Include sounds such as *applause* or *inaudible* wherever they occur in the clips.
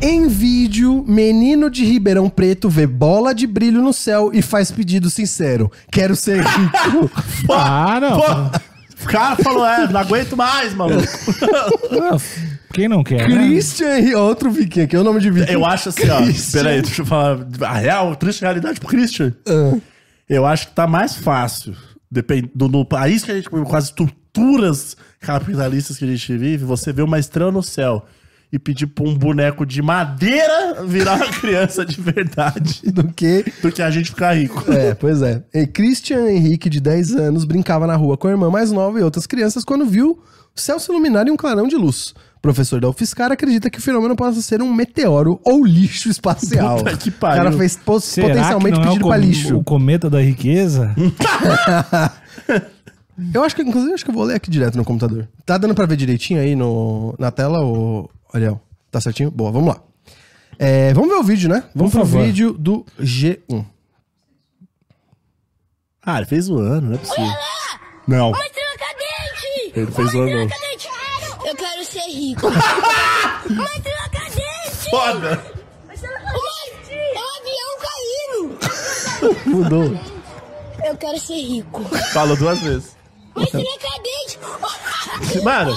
Em vídeo, menino de Ribeirão Preto vê bola de brilho no céu e faz pedido sincero. Quero ser *laughs* rico. Ah, não. Pô, o cara falou, é, não aguento mais, maluco. Quem não quer, né? Christian Henrique. Outro Viking aqui, é o nome de Viking. Eu acho assim, ó. Christian. Peraí, deixa eu falar. A real, a triste realidade pro Christian. Eu acho que tá mais fácil. Depende, do, no país que a gente vive, com as estruturas capitalistas que a gente vive, você vê uma estrela no céu e pedir pra um boneco de madeira virar uma criança de verdade *laughs* Do que... do que a gente ficar rico. É, pois é. E Christian Henrique, de 10 anos, brincava na rua com a irmã mais nova e outras crianças quando viu o céu se iluminar em um clarão de luz. Professor da UFSCar acredita que o fenômeno possa ser um meteoro ou lixo espacial. Puta que pariu. O cara fez po- Será potencialmente que não é o pedido com- pra lixo. O cometa da riqueza? Eu acho que, inclusive, acho que eu vou ler aqui direto no computador. Tá dando pra ver direitinho aí no, na tela, ô Ariel? Tá certinho? Boa, vamos lá. É, vamos ver o vídeo, né? Vamos Por pro favor. vídeo do G1. Ah, ele fez um ano, não é possível. Não. Uma estrela cadente! Ele fez Uma um anão. estrela cadente! Eu quero ser *laughs* rico! Uma estrela cadente! Foda! Uma estrela cadente! É um avião caindo! Mudou. Eu quero ser rico! Falou duas vezes. Uma estrela cadente! Mano,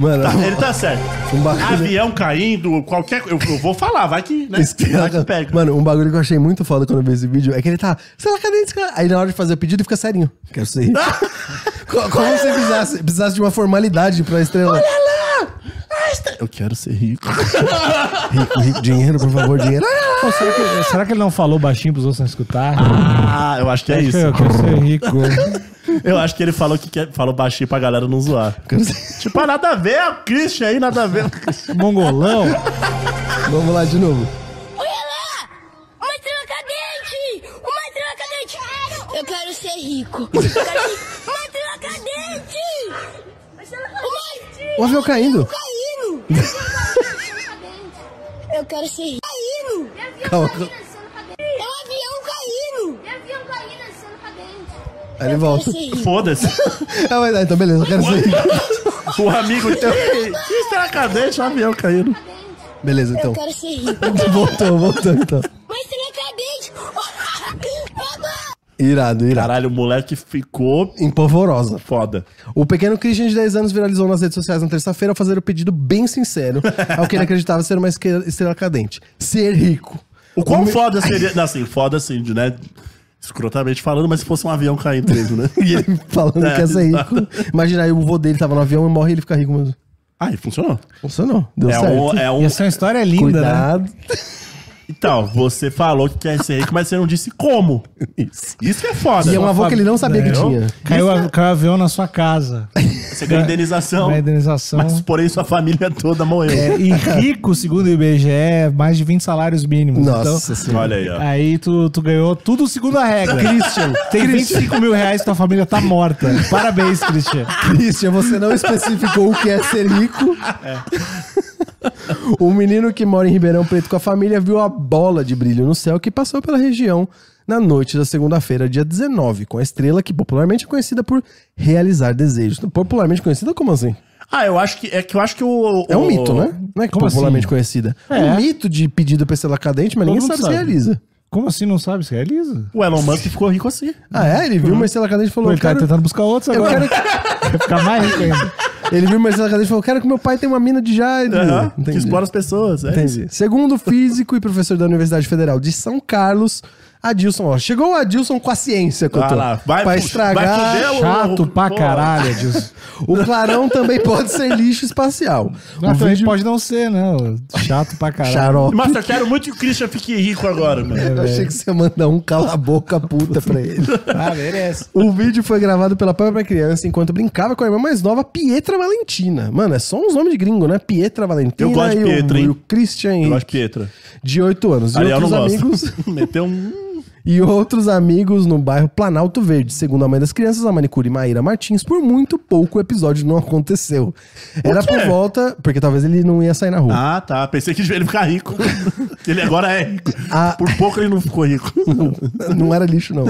Mano, tá, *laughs* ele tá certo. um bagulho... Avião caindo, qualquer coisa. Eu, eu vou falar, vai que, né? Vai que pega. Mano, um bagulho que eu achei muito foda quando eu vi esse vídeo é que ele tá. Sei lá, cadê esse cara? Aí na hora de fazer o pedido ele fica serinho. Quero ser *laughs* rico. Co- Como se precisasse, precisasse de uma formalidade pra estrela. Eu quero ser rico. Rico, rico, dinheiro, por favor, dinheiro. Pô, será, que, será que ele não falou baixinho pros outros não escutar? Ah, eu acho que é Acho isso. que eu quero ser rico. Eu acho que ele falou que quer- falou baixinho pra galera não zoar. Quero ser- Tipo, ah, nada a ver, é o Christian aí, nada a ver. Mongolão? Vamos lá de novo. *laughs* Olha lá! Uma estrela cadente! Uma estrela cadente! Eu quero ser rico! *laughs* Eu quero ser- Uma estrela cadente! Uma estrela cadente! O avião caindo. Caindo! Eu quero ser rico! Caindo! Calma. É um avião caindo! Aí ele Eu volta. quero ser rico. *laughs* Foda-se. Ah, mas, ah, então beleza, eu quero ser rico. O amigo teu. Que estrela cadente, tá o avião caindo. Beleza, então. Eu quero ser rico. *laughs* Voltou, voltou então. Mas se não é cadente! *laughs* Irado, irado. Caralho, o moleque ficou Empolvorosa. foda. O pequeno Christian de 10 anos viralizou nas redes sociais na terça-feira ao fazer o pedido bem sincero ao que ele acreditava ser uma esque- estrela cadente. Ser rico. O quão Como- foda seria. não, Assim, foda assim, de, né? Escrotamente falando, mas se fosse um avião caindo mesmo, né? *laughs* E ele *laughs* falando É, que ia ser rico. Imagina aí, o vô dele tava no avião e morre e ele fica rico mesmo. Ah, e funcionou. Funcionou. Deu é certo. um, é um E essa é uma história linda, né? Cuidado. Então, você falou que quer ser rico, mas você não disse como. Isso, que é foda. E é um avô que ele não sabia que Não. tinha. Caiu, a- caiu avião na sua casa. Você ganha indenização, Na indenização. um- mas porém sua família toda morreu. E rico, segundo o IBGE, mais de 20 salários mínimos. Nossa Então, senhora. Olha aí, ó. Aí tu, tu ganhou tudo segundo a regra. Christian, tem 25 mil reais tua família tá morta. Parabéns, Christian. Christian, você não especificou o que é ser rico. É. um menino que mora em Ribeirão Preto com a família viu a bola de brilho no céu que passou pela região na noite da segunda-feira, dia 19, com a estrela que popularmente é conhecida por realizar desejos. Popularmente conhecida como assim? Ah, eu acho que. É que eu acho que o. É um o- mito, né? Não é que Como popularmente assim? conhecida. É É. um mito de pedido pra estrela cadente, mas Todo ninguém mundo sabe, sabe. se realiza. Como assim não sabe se realiza? O Elon Musk ficou rico assim. Ah, é? Ele viu uma estrela cadente e falou: Ele eu tá quero... tentando buscar outros eu agora. quero que- Quer *laughs* ficar mais rico ainda. Ele viu uma estrela cadente e falou: quero que meu pai tenha uma mina de jade. Aham, que Entendi. explora as pessoas. É Entendi. Segundo o físico e professor da Universidade Federal de São Carlos, Adilson, ó, chegou o Adilson com a ciência, Vai Cotô, lá, vai pra fu- vai estragar. fuder. Chato pra Pô. caralho, *laughs* Edilson. o clarão também pode ser lixo espacial. O Mas também vídeo- pode não ser, né? Chato pra caralho. Xarope. Mas eu quero muito que o Christian fique rico agora, mano. Eu achei que você ia mandar um cala a boca puta pra ele. Ah, merece. O vídeo foi gravado pela própria criança enquanto brincava com a irmã mais nova, Pietra Valentina. Mano, é só uns nomes de gringo, né? Pietra Valentina Eu gosto de e, Pietra, o, hein? e o Christian Eu Henrique, gosto de Pietra. de 8 anos. E Ariel não *laughs* outros amigos. gosta. Meteu um. e outros amigos no bairro Planalto Verde. Segundo a mãe das crianças, a manicure Maíra Martins, por muito pouco o episódio não aconteceu. Era quê? por volta, porque talvez ele não ia sair na rua. Ah, tá. Pensei que ele ficar rico. *laughs* ele agora é rico. Ah. Por pouco ele não *laughs* ficou rico. Não era lixo, *laughs* não.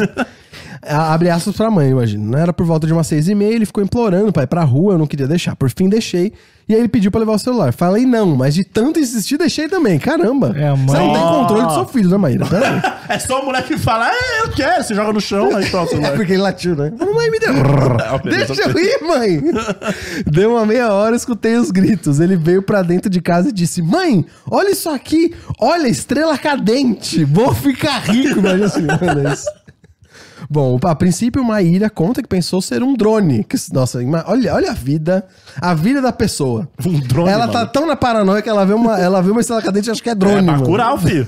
A- Abre aspas pra mãe, eu imagino. Não era por volta de umas seis e meia, ele ficou implorando pra ir pra rua, eu não queria deixar. Por fim, deixei. E aí ele pediu pra levar o celular. Falei não, mas de tanto insistir, deixei também. Caramba. É, a mãe- Você não tem controle do seu filho, né, Maíra? Pera aí. é só o moleque que fala, é, eu quero. Você joga no chão, *laughs* aí pronto. É vai. porque ele latiu, né? Ah, Falou, mãe, me *laughs* deu. beleza. Deixa eu ir, mãe. *laughs* Deu uma meia hora, escutei os gritos. Ele veio pra dentro de casa e disse: Mãe, olha isso aqui. Olha, estrela cadente. Vou ficar rico. Imagina assim, mano, é isso. Bom, a princípio, Maíra conta que pensou ser um drone. Que, nossa, ima- olha, olha a vida. A vida da pessoa. Um drone, Ela tá mano. tão na paranoia que ela vê uma, ela vê uma estrela cadente e acha que é drone. É mano. Bacurau, filho.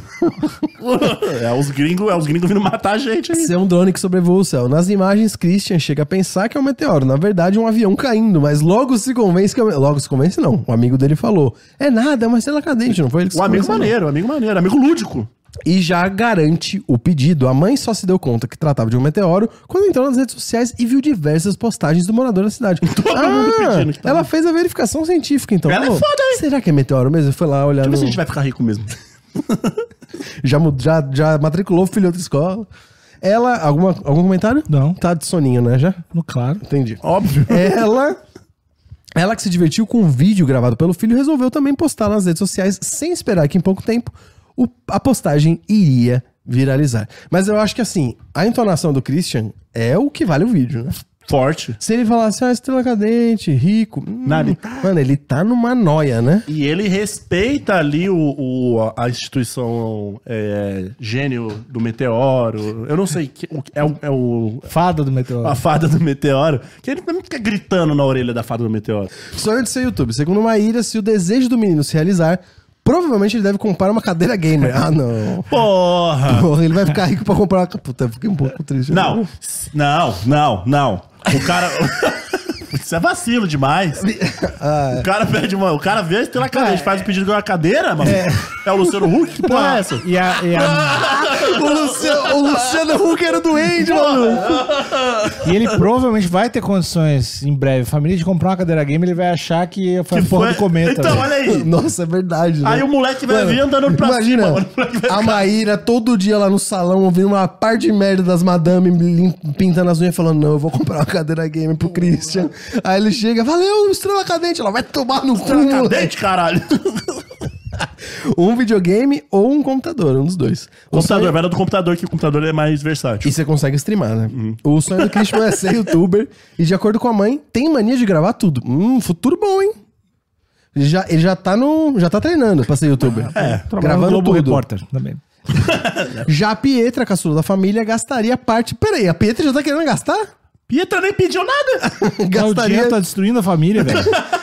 é os gringos, é os gringos vindo matar a gente aí. Ser um drone que sobrevoa o céu. Nas imagens, Christian chega a pensar que é um meteoro. Na verdade, é um avião caindo, mas logo se convence que é... um- Logo se convence, não. O amigo dele falou. É nada, é uma estrela cadente, não foi ele que se O Um amigo convenceu, não. maneiro, amigo maneiro, amigo lúdico. E já garante o pedido. A mãe só se deu conta que tratava de um meteoro quando entrou nas redes sociais e viu diversas postagens do morador da cidade. *laughs* Ah, Todo mundo pedindo que tá ela fez a verificação científica, então. Ela é Pô, foda, hein? Será que é meteoro mesmo? Foi lá olhar Deixa no... eu ver se a gente vai ficar rico mesmo. já, mud- já, já matriculou o filho em outra escola. Ela... Alguma, algum comentário? Não. Tá de soninho, né, já? No claro. Entendi. Óbvio. Ela. Ela que se divertiu com um vídeo gravado pelo filho resolveu também postar nas redes sociais sem esperar que em pouco tempo o- a postagem iria viralizar. Mas eu acho que assim, a entonação do Christian é o que vale o vídeo, né? Forte. Se ele falasse, ah, estrela cadente, rico. hum, Não, ele tá- Mano, ele tá numa noia, né? E ele respeita ali o, o- a- a instituição é, gênio do meteoro. Eu não sei que, o, é, o, é o- Fada do meteoro. a fada do meteoro. Que ele não fica gritando na orelha da fada do meteoro. Sonho de ser YouTube. Segundo Maíra, se o desejo do menino se realizar, provavelmente ele deve comprar uma cadeira gamer. Ah, *laughs* não. Porra! Porra, ele vai ficar rico pra comprar uma. Puta, eu fiquei um pouco triste. Não, s- não, não, não. O cara. Isso é vacilo demais. O cara pede uma. O cara vê a estrela cadente, faz o pedido de uma cadeira, mano. É, o Luciano Huck? Que porra é essa? *laughs* E a, e a- O Luciano, o Luciano Huck era doente, maluco. e ele provavelmente vai ter condições em breve. Família de comprar uma cadeira game, ele vai achar que foi Que a porra foi- do cometa. Então, velho. olha aí. Nossa, é verdade. né? Aí o moleque vai Mano, vir andando pra imagina, cima. mano. O moleque vai A ficar- Maíra todo dia lá no salão ouvindo uma par de merda das madame lim- pintando as unhas falando: Não, eu vou comprar uma cadeira game pro Christian. Aí ele chega, valeu, estrela cadente. Ela vai tomar no cu. Estrela moleque." Tá cadente, caralho. Um videogame ou um computador, um dos dois. O Computador, vai dar do computador, que o computador é mais versátil. E você consegue streamar, né? O sonho do Christian é ser youtuber e, de acordo com a mãe, tem mania de gravar tudo. Hum, futuro bom, hein? Ele já, ele já tá no. Já tá treinando pra ser youtuber. É, Trabalha no gravando Globo tudo. Repórter também. Já a Pietra, a caçula da família, gastaria parte. Peraí, a Pietra já tá querendo gastar? Pietra nem pediu nada. O dinheiro tá *laughs* gastaria, destruindo a família, *laughs* velho.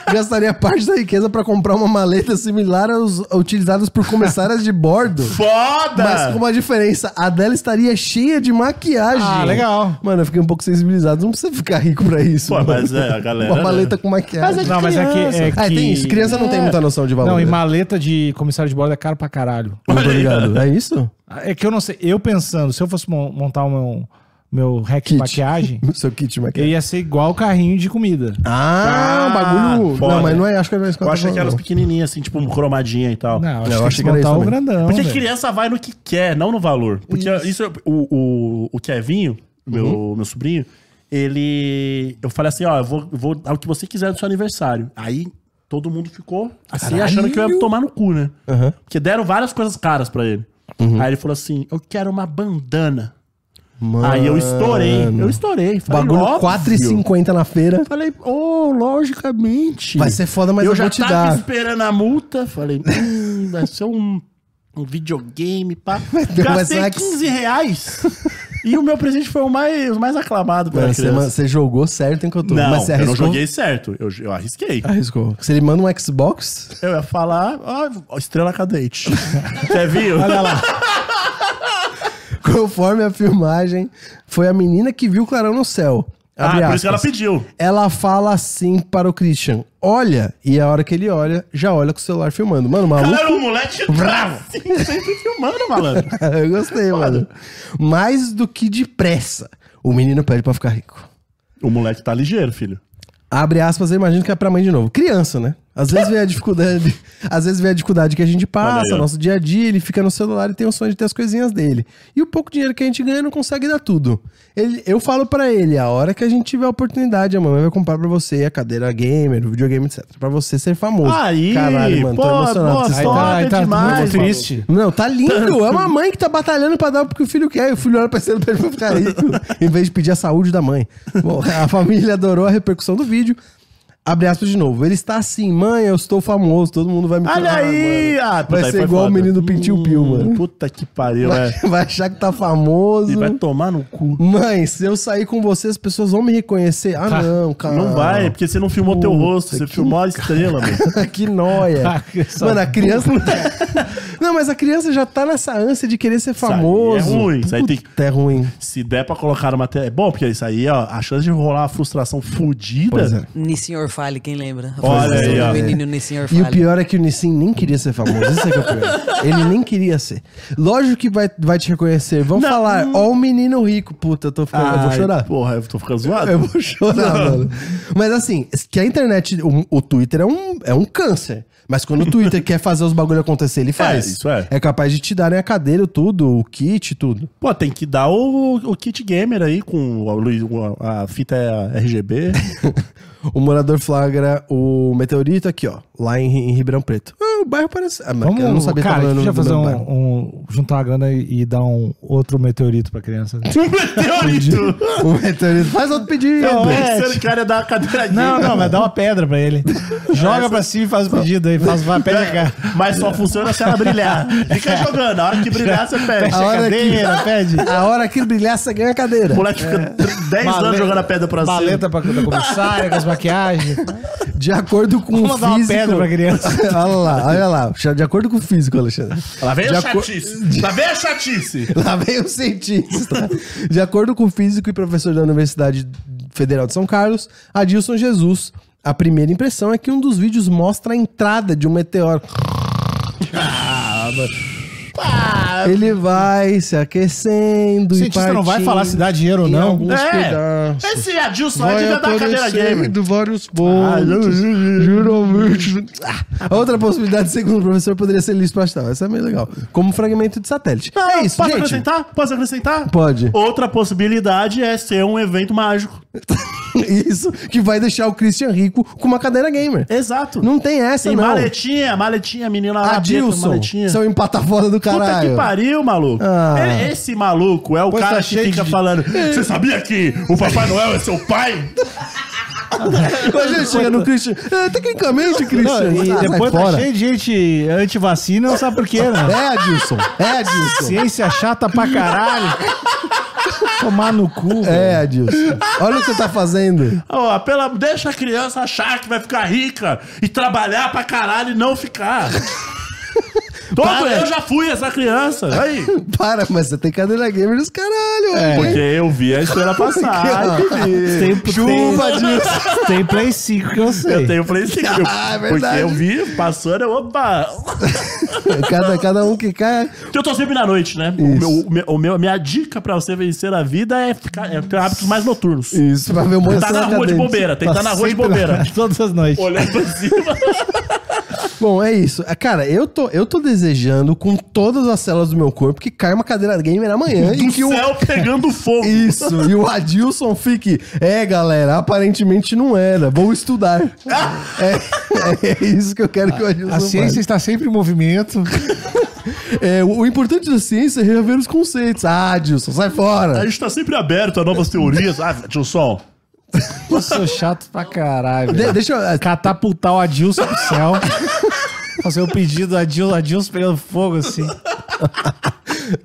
gastaria parte da riqueza pra comprar uma maleta similar aos utilizadas por comissárias de bordo. *laughs* Foda! Mas com uma diferença, a dela estaria cheia de maquiagem. Ah, legal. Mano, eu fiquei um pouco sensibilizado. Não precisa ficar rico pra isso. Pô, mano. mas é, a galera, Uma né? maleta com maquiagem. Não, mas é que. É Ah, que... tem isso. Criança não tem muita noção de valor. Não, e né? maleta de comissário de bordo é caro pra caralho. Não tô ligado. É isso? É que eu não sei. Eu pensando, se eu fosse mon- montar o meu, meu hack de Kit. maquiagem, *laughs* Seu kit de eu maquiagem. ia ser igual o carrinho de comida. Ah, um bagulho. foda. Não, mas não é. Acho que não é isso que Eu eu tô achei que falando, eram não. pequenininhas, assim, tipo cromadinha e tal. Não, eu eu achei acho que que tem era que montar isso o também. grandão. Porque velho. criança vai no que quer, não no valor. Porque isso, o, o, o Kevinho, meu, meu sobrinho, ele. Eu falei assim: ó, eu vou, eu vou dar o que você quiser do seu aniversário. Aí todo mundo ficou assim, achando que eu ia tomar no cu, né? Porque deram várias coisas caras pra ele. Aí ele falou assim: eu quero uma bandana. Mano. Aí eu estourei. Eu estourei. Falei, Bagulho "Óbvio." 4,50 na feira. Falei, ô, logicamente. Vai ser foda, mas eu já vou te tava dar. esperando a multa. Falei, hum, vai ser um, um videogame, pá. Gastei *laughs* vai um ser- 15 reais. e o meu presente foi o mais, o mais aclamado pela Mano, Você, criança. mano, você jogou certo, hein, Couto? Não, mas você eu não arriscou. joguei certo. Eu, eu arrisquei. Arriscou. Se ele manda um Xbox, *laughs* Eu ia falar, ó, estrela cadente. *laughs* Você viu? Olha lá. conforme a filmagem, foi a menina que viu o clarão no céu. Ah, Abre por isso que ela aspas. pediu. Ela fala assim para o Christian: olha, e a hora que ele olha, já olha com o celular filmando. Mano, o maluco. Cara, o um moleque bravo. Assim, sempre *laughs* filmando, malandro. *laughs* Eu gostei, mano. Mais do que depressa, o menino pede pra ficar rico. O moleque tá ligeiro, filho. Abre aspas, eu imagino que é pra mãe de novo. Criança, né? Às vezes vem a dificuldade. *laughs* às vezes vem a dificuldade que a gente Olha aí, passa, ó. nosso dia a dia, ele fica no celular e tem o sonho de ter as coisinhas dele. E o pouco dinheiro que a gente ganha não consegue dar tudo. Ele- eu falo pra ele, a hora que a gente tiver a oportunidade, a mamãe vai comprar pra você a cadeira gamer, o videogame, etc. Pra você ser famoso. Aí, Caralho, mano, pô, tô emocionado. pô, com essa só- história. Foda demais, tá, muito mano. triste. Não, tá lindo. É uma mãe que tá batalhando pra dar o que o filho quer. E o filho olha pra cima pra ele pra ficar *laughs* rico, em vez de pedir a saúde da mãe. Bom, a família adorou a repercussão do vídeo. Abre aspas de novo. Ele está assim, mãe, eu estou famoso, todo mundo vai me Olha clamar, aí! mano." Ah, puta, vai aí ser foi igual o foda. menino do Pintil Pio, Hum, mano. Puta que pariu, Vai, é. vai achar que tá famoso. Ele vai tomar no cu. Mãe, se eu sair com você, as pessoas vão me reconhecer. Ah, não, cara. Tá. Não vai, porque você não filmou teu rosto, você filmou a estrela, *laughs* mano. que Tá, noia. Essa- Mano, a criança. tá- *laughs* Não, mas a criança já tá nessa ânsia de querer ser aí é famoso. ruim, isso aí tem que- Puta, é ruim. Se der pra colocar uma tela. É bom, porque isso aí, ó, a chance de rolar uma frustração Pois fodida. é. Nissin Orfale, quem lembra? A Olha frustração aí, do ó. menino Nissin E o Orfale. pior é que o Nissin nem queria ser famoso. Isso é que é o pior. Ele nem queria ser. Lógico que vai, vai te reconhecer. Vão falar, ó, o menino rico. Puta, eu, tô ficando, eu vou Ai, chorar. Porra, eu tô ficando zoado. Eu vou chorar, mano. Mas assim, que a internet, o, o Twitter é um, é um câncer. Mas quando o Twitter *laughs* quer fazer os bagulho acontecer, ele faz. isso é. É capaz de te darem a cadeira, tudo, o kit, tudo. *laughs* Pô, tem que dar o, o kit gamer aí com a, luz- a fita é RGB. *laughs* O morador flagra o meteorito aqui, ó. Lá em, em Ribeirão Preto. Ah, o bairro parece. Ah, mas eu não sabia que cara, tava a gente no podia fazer meu um, bairro. um- juntar uma grana e, e dar um outro meteorito pra criança. um Teorito! O meteorito faz outro pedido. Não, é, Pensando que era dar uma *laughs* cadeiradinha. Não, não, mas dá uma pedra pra ele. Joga pra cima e faz o pedido aí. Faz, vai, pega cá. Mas só funciona se ela brilhar. *laughs* Fica É. jogando, a hora que brilhar, você perde. Fecha hora a que- cadeira, pede. A hora que brilhar, você ganha a cadeira. O moleque fica 10 anos Bale- jogando a pedra pra Baleta pra, da comissária, com as maquiagens. De acordo com Vamos o mandar físico... uma pedra pra criança. *laughs* olha lá, olha lá. De acordo com o físico, Alexandre. cima. Lá vem De a acor- chatice. Lá vem a chatice. Lá vem o cientista. De acordo com o físico e professor da Universidade Federal de São Carlos, Adilson Jesus, a primeira impressão é que um dos vídeos mostra a entrada de um meteoro. Ah, Ele vai se aquecendo O e cientista não vai partindo falar se dá dinheiro ou em não. alguns É. pedaços. Esse Adilson aí Vai devia dar é a cadeira gamer. aparecendo vários pontos. *laughs* Geralmente. Ah, Outra possibilidade, segundo o professor, poderia ser lixo espacial. Essa é meio legal. Como fragmento de satélite. é isso, Ah, Posso gente. acrescentar? Posso acrescentar? Pode. *laughs* Outra possibilidade é ser um evento mágico. Isso que vai deixar o Christian rico com uma cadeira gamer. Exato. Não tem essa, É Tem não. maletinha, maletinha, menina lá dentro, Adilson, maletinha. seu empatafoda do Puta caralho. que pariu, maluco. Ah. É- Esse maluco é o Pois cara tá que cheio fica de- falando. Você sabia que o Papai Noel é seu pai? Quando ele chega no Christian, é, tecnicamente, Christian. Não, e Ah, sai depois tá cheio de gente antivacina, não sabe por quê, né? É, Adilson. É, Adilson. Ciência chata pra caralho. Tomar no cu. É, Adilson. Olha o que você tá fazendo. Ó, pela... Deixa a criança achar que vai ficar rica e trabalhar pra caralho e não *laughs* ficar. Todo Para. eu já fui essa criança. Aí. Para, mas você tem cadeira gamer dos caralho. É. Porque eu vi *laughs* a estrela *laughs* passar. entendi. Tem, Chupa, tem, tem Play 5 que eu sei. Eu tenho Play 5. *laughs* Ah, é porque verdade. eu vi passando, eu. Opa! Cada, cada um que cai. Porque eu tô sempre na noite, né? O meu, o meu- o meu- a minha dica pra você vencer a vida é, ficar, é ter hábitos mais noturnos. Isso, pra ver um monte Tá na rua de bobeira, Tá. tem que estar na rua de Sempre bobeira. lá, *laughs* Todas as noites. Olhando *laughs* pra cima. Bom, é isso. Ah, Cara, eu tô, eu tô desejando com todas as células do meu corpo que caia uma cadeira gamer amanhã e Do que o céu pegando fogo. Isso, e o Adilson fique. É, galera, aparentemente não era. Vou estudar. é, é isso que eu quero que o Adilson A ciência está sempre em movimento. faça. É, o, o importante da ciência é rever os conceitos. Ah, Adilson, sai A fora. gente tá sempre aberto a novas teorias. Ah, tio Sol. Eu sou chato pra caralho. De- velho. deixa eu. Catapultar o Adilson pro céu. Fazer o pedido Adilson, Adilson pegando fogo assim.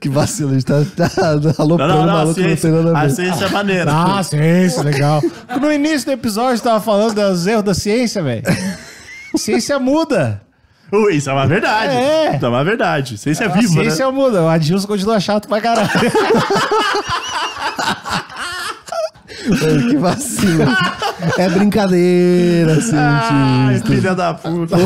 Que vacilo, a *laughs* gente tá, tá Não, aloprando o não, assim, não, a maluco, não tem ciência, nada a a ver. *laughs* ciência é maneira. Ah, ciência, legal. No início do episódio, tava falando dos erros da ciência, velho. Ciência muda. Ui, *laughs* isso é uma verdade. É. Isso é uma verdade. Ciência é A viva, né? ciência muda. O Adilson continua chato pra caralho. Mano, que vacilo. É brincadeira, Ai, *laughs* cientista. filha da *laughs* puta.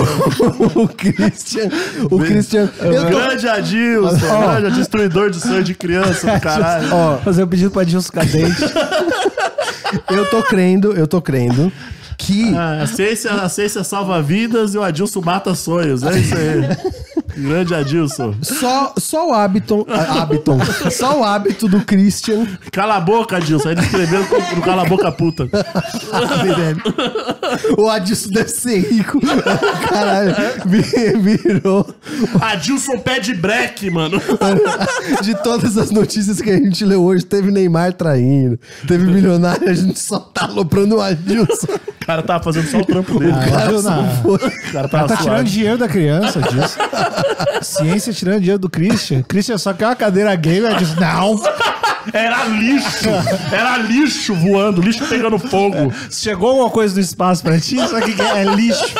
o Christian. O Christian. Eu tô- Grande Adilson, grande destruidor de sonho de criança do caralho. ó, Fazer um pedido pra Dilson Cadente. eu tô crendo, eu tô crendo que. Ah, A ciência, a ciência salva vidas e o Adilson mata sonhos. É isso aí. Grande Adilson. Só, só o hábito. ah, hábito. Só o hábito do Christian. Cala a boca, Adilson. Aí ele escreveu no Cala a Boca Puta. Velho. O Adilson deve ser rico. *laughs* Caralho. vi- Virou. Adilson pé de breque, mano. De todas as notícias que a gente leu hoje, teve Neymar traindo, teve milionário, a gente só tá aloprando o Adilson. O cara tava fazendo só o trampo dele. Ah, cara eu só não. foi. O cara Ela tava tá tirando suave. dinheiro da criança, disso. Ciência tirando dinheiro do Christian. Christian só quer uma cadeira gamer. Diz, não. Era lixo. Era lixo voando, lixo pegando fogo. Chegou alguma coisa do espaço pra ti? Só que é lixo.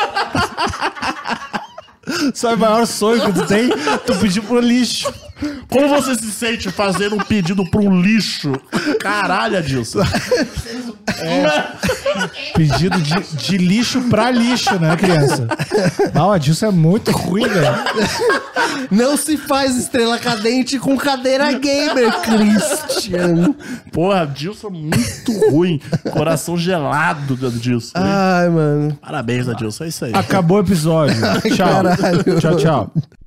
Só é o maior sonho que tu tem, tu pediu pro lixo. Como você se sente fazendo um pedido pra um lixo? Caralho, Adilson. Pedido de, de lixo pra lixo, né, criança? Não, a Dilson é muito ruim, velho. Não se faz estrela cadente com cadeira gamer, Christian. Porra, Adilson é muito ruim. Coração gelado do Adilson. Ai, mano. Parabéns, Adilson. É isso aí. Acabou o episódio. Tchau. caralho. Tchau, tchau.